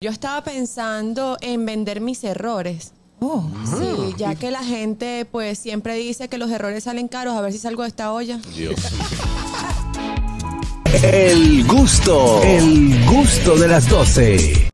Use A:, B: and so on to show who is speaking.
A: Yo estaba pensando en vender mis errores. Sí, ya que la gente pues siempre dice que los errores salen caros, a ver si salgo de esta olla.
B: Dios.
C: El gusto, el gusto de las doce.